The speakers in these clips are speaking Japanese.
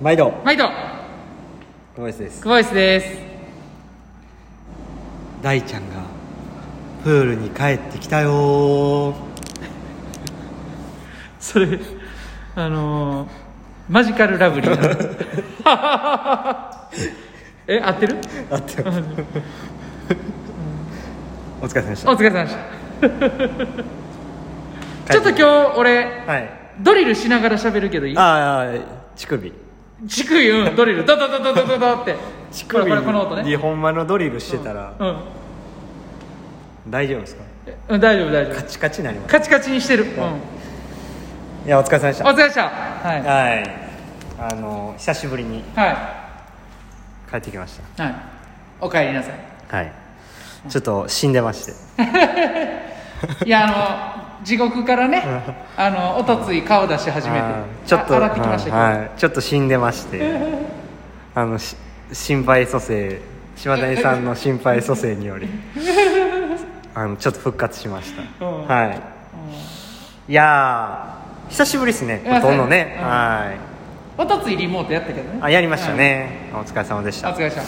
毎度毎度ボイスです久保井です大ちゃんがプールに帰ってきたよーそれあのー、マジカルラブリーな え合ってるあってお疲れ様でしおた疲れ様でしたちょっと今日俺はいドリルしながら喋るけどいいあーあー乳首乳首うんドリルドドドドドドドって乳これこれこの音ね日本間のドリルしてたら、うん大丈夫ですかえうん大丈夫大丈カ夫チカチになりますカチカチにしてる、うん、いやお疲れ様でしおた疲れ様でしたはいはいあの久しぶりには帰ってきましいはいお帰りなさい たはいちょっと死んでましていやあの地獄からねあのおとつい顔出し始めあーてちょっとあ洗ってきましたけど、はいはいちょっと死んでましてあのし心肺蘇生島谷さんの心肺蘇生によ りあのちょっと復活しました、うんはい、いやー久しぶりですねいやほとんどね、そうはいおとついリモートやったけどねあやりました、ね、お疲れ様でしはいおた疲れ様でし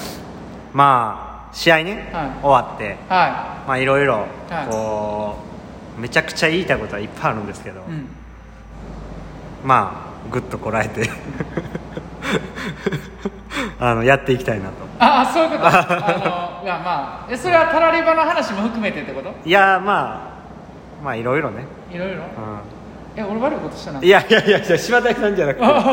まあ試合ね、はい終わってたはまあいろいろはいこうめちゃくちゃ言いたいことはいっぱいあるんですけど、い、うん、まあぐっとこらえて あのやっていきたいなとああそういうこと あのいやまあえそれはタラレバの話も含めてってこといやーまあまあいろいろね、いろいろう、え俺悪いことしたなん いやいやいやいや柴田さんじゃなくて、うんびっくりし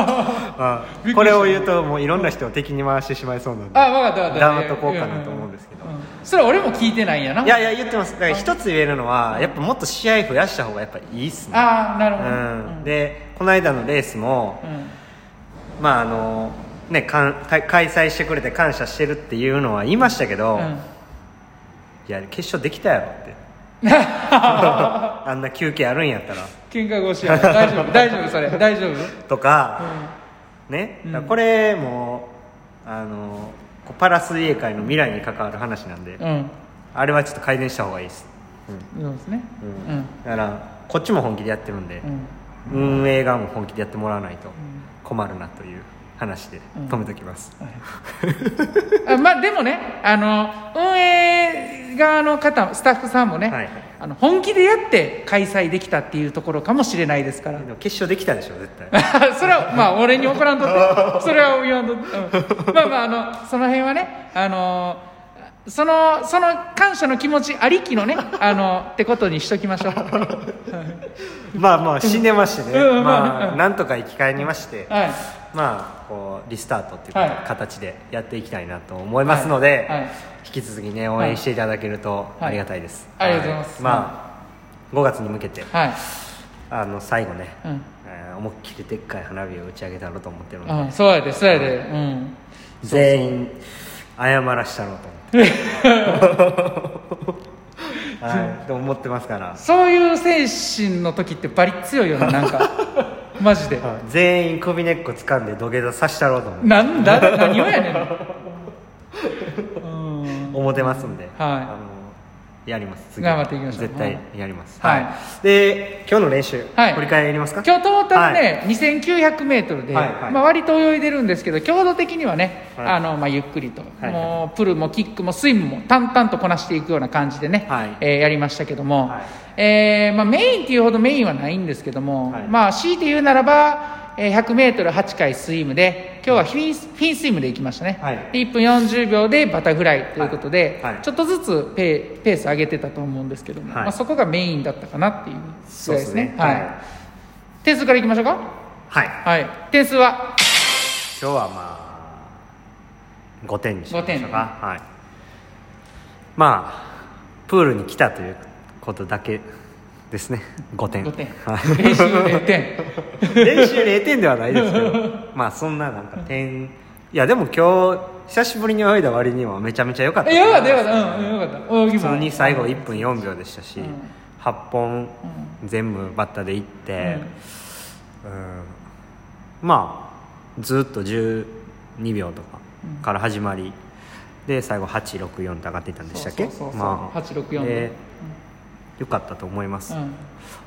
たこれを言うともういろんな人を敵に回してしまいそうなんであ分かった分かった黙っとこうかなと思うんですけど、んそれは俺も聞いてないんやないやいや言ってますだから一つ言えるのはやっぱもっと試合増やした方がやっぱいいっすねああなるほど、うん、でこの間のレースも、うんまああのね、かん開開催してくれて感謝してるっていうのは言いましたけど、うんいや決勝できたやろ ってあんな休憩あるんやったら喧嘩腰や大丈夫大丈夫それ大丈夫とか、ね、だからこれもあのこうパラ水泳界の未来に関わる話なんで、うんあれはちょっと改善した方がいいです、そうですねうんうんだからこっちも本気でやってるんでう、ん運営側も本気でやってもらわないと困るなという話で止めときます、あまあでもねあの運営側の方スタッフさんもね、はいあの本気でやって開催できたっていうところかもしれないですから でも決勝できたでしょ絶対それはまあ俺に怒らん とってそれは言わんとって、うんまあまああのその辺はねあのそのその感謝の気持ちあり きのねあのってことにしときましょうまあまあ死んでましてね、うんうんまあうんなんとか生き返りまして、はいまあこうリスタートっていうはい形でやっていきたいなと思いますので、はいはい引き続きね応援していただけるといありがたいです、はいありがとうございますまあ5月に向けてはい、あの最後ね、うんえー思いっきりでっかい花火を打ち上げたろうと思ってるので、うん、そうやでそうやでうん全員謝らしたろうと思って、はい、と思ってますからそういう精神の時ってバリ強いよねな んかマジで全員首根っこ掴んで土下座さしたろうと思ってなんだ何をやねんうん思ってますんで、あのやります次頑張っていきましょう絶対やります、はいで今日の練習、はい振り返りますか今日トータルね、2900m で、はいはいまあ、割と泳いでるんですけど強度的にはね、はいあのまあ、ゆっくりと、はいもうプルもキックもスイムも淡々とこなしていくような感じでね、はいえーやりましたけども、はいえーまあ、メインっていうほどメインはないんですけども、はいまあ、強いて言うならば、えー 100m8 回スイムで今日はフィンスフィンスイムでいきましたね、はいで1分40秒でバタフライということで、はいはいちょっとずつペペース上げてたと思うんですけども、はいまあ、そこがメインだったかなっていうぐらいですそうねですねはいはい点数からいきましょうかはいはい点数は今日はまあ5点にしましょうかはいまあプールに来たということだけですね5点5点はい 練習0点 練習0点ではないですけどまあそんななんか点いやでも今日久しぶりに泳いだ割にはめちゃめちゃ良かったえよかったよかったうんよかった泳ぎ普も通に最後1分4秒でしたし、ん8本全部バッタでいって、うんまあずっと12秒とかから始まり、で最後864って上がっていったんでしたっけそうそうそうそうまあ864でよかったと思います、うん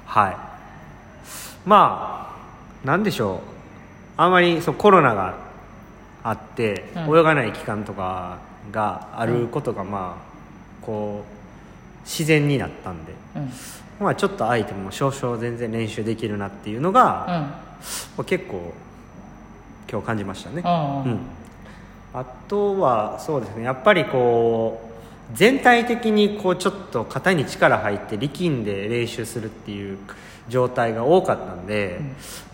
はいまあなんでしょうあまりそうコロナがあって、うん泳がない期間とかがあることがまあこう自然になったんで、うんまあ、ちょっと相手も少々全然練習できるなっていうのが、うんまあ結構今日感じましたね。ああうん、あとはそうですねやっぱりこう全体的にこうちょっと肩に力入って力んで練習するっていう状態が多かったんで、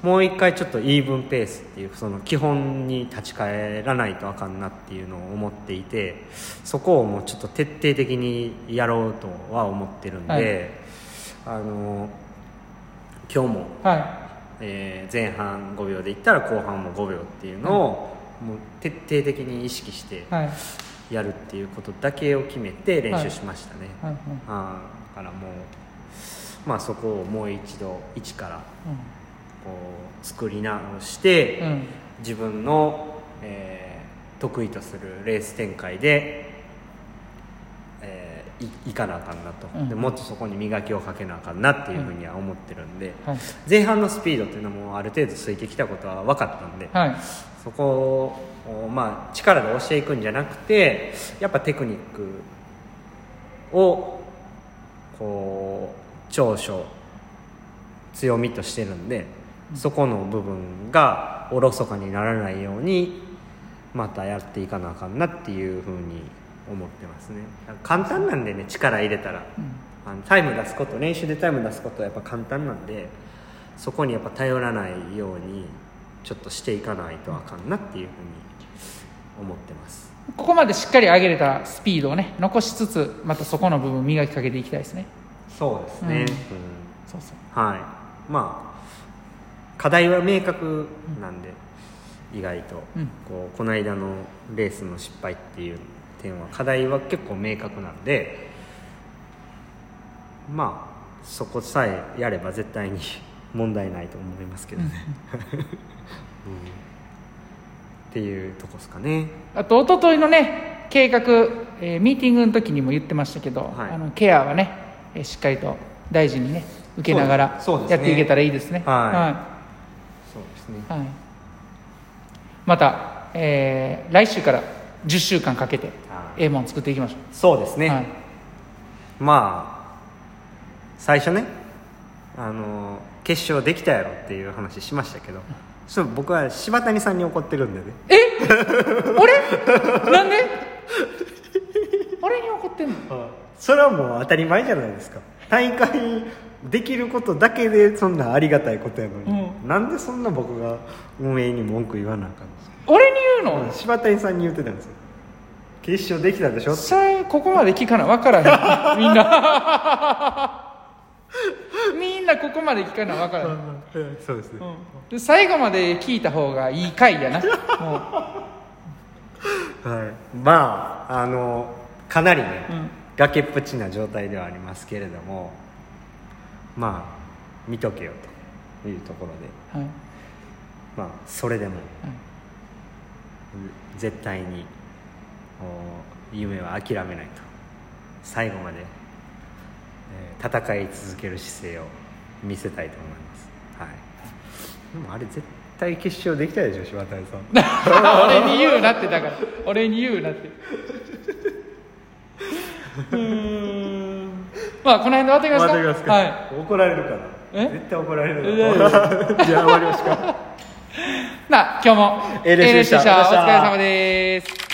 もう一回ちょっとイーブンペースっていうその基本に立ち返らないとあかんなっていうのを思っていてそこをもうちょっと徹底的にやろうとは思ってるんで、あの今日もはえー前半5秒でいったら後半も5秒っていうのを、もう徹底的に意識していはいやるっていうことだけを決めて練習しましたね、はいはいあーだからもうまあそこをもう一度一からこう作り直して、うんうん自分の、えー得意とするレース展開で、えーいいかなあかんなと、うんでもっとそこに磨きをかけなあかんなっていうふうには思ってるんで、はい前半のスピードっていうのもある程度ついてきたことは分かったんで、はいそこを、まあ、力で押していくんじゃなくてやっぱテクニックをこう長所強みとしてるんでそこの部分がおろそかにならないようにまたやっていかなあかんなっていうふうに思ってますね簡単なんでね力入れたら、あのタイム出すこと練習でタイム出すことはやっぱ簡単なんでそこにやっぱ頼らないようにちょっとしていかないとあかんなっていうふうに思ってますここまでしっかり上げれたスピードをね残しつつまたそこの部分磨きかけていきたいですねそうですね、うんそうそうはい、まあ課題は明確なんで、意外と、うんこうこの間のレースの失敗っていう点は課題は結構明確なんでまあそこさえやれば絶対に 問題ないと思いますけどね、 うんっていうとこですかねあと一昨日のね計画、えーミーティングの時にも言ってましたけど、はいあのケアはね、えーしっかりと大事にね受けながらそうですやっていけたらいいですねはそうですねはいはいまた、えー来週から10週間かけてはいええもん作っていきましょそうですう、ね、はいまあ最初ねあの決勝できたやろっていう話しましたけどそう僕は柴谷さんに怒ってるんでねえ 俺なんで俺に怒ってんのそれはもう当たり前じゃないですか大会できることだけでそんなありがたいことやのに、うなんでそんな僕が運営に文句言わなあかんのです俺に言うの、か柴谷さんに言ってたんですよ決勝できたでしょってそれここまで聞かな分からへんみんな みんなここまで聞かな分からへん、そうですね、うんで最後まで聞いた方がいい回 やなもうはい、まああのかなりね、うん崖っぷちな状態ではありますけれどもまあ見とけよというところで、はいまあ、それでも、絶対にお夢は諦めないと最後まで、えー戦い続ける姿勢を見せたいと思います、はい、でもあれ絶対決勝できたでしょ柴谷さん俺に言うなってだから俺に言うなって う ーんまあこの辺で終わってきますか待ってくださいはい怒られるからえ絶対怒られいる やいからじゃあ終わりますかなあ今日も LSU でした LSU お疲れ様です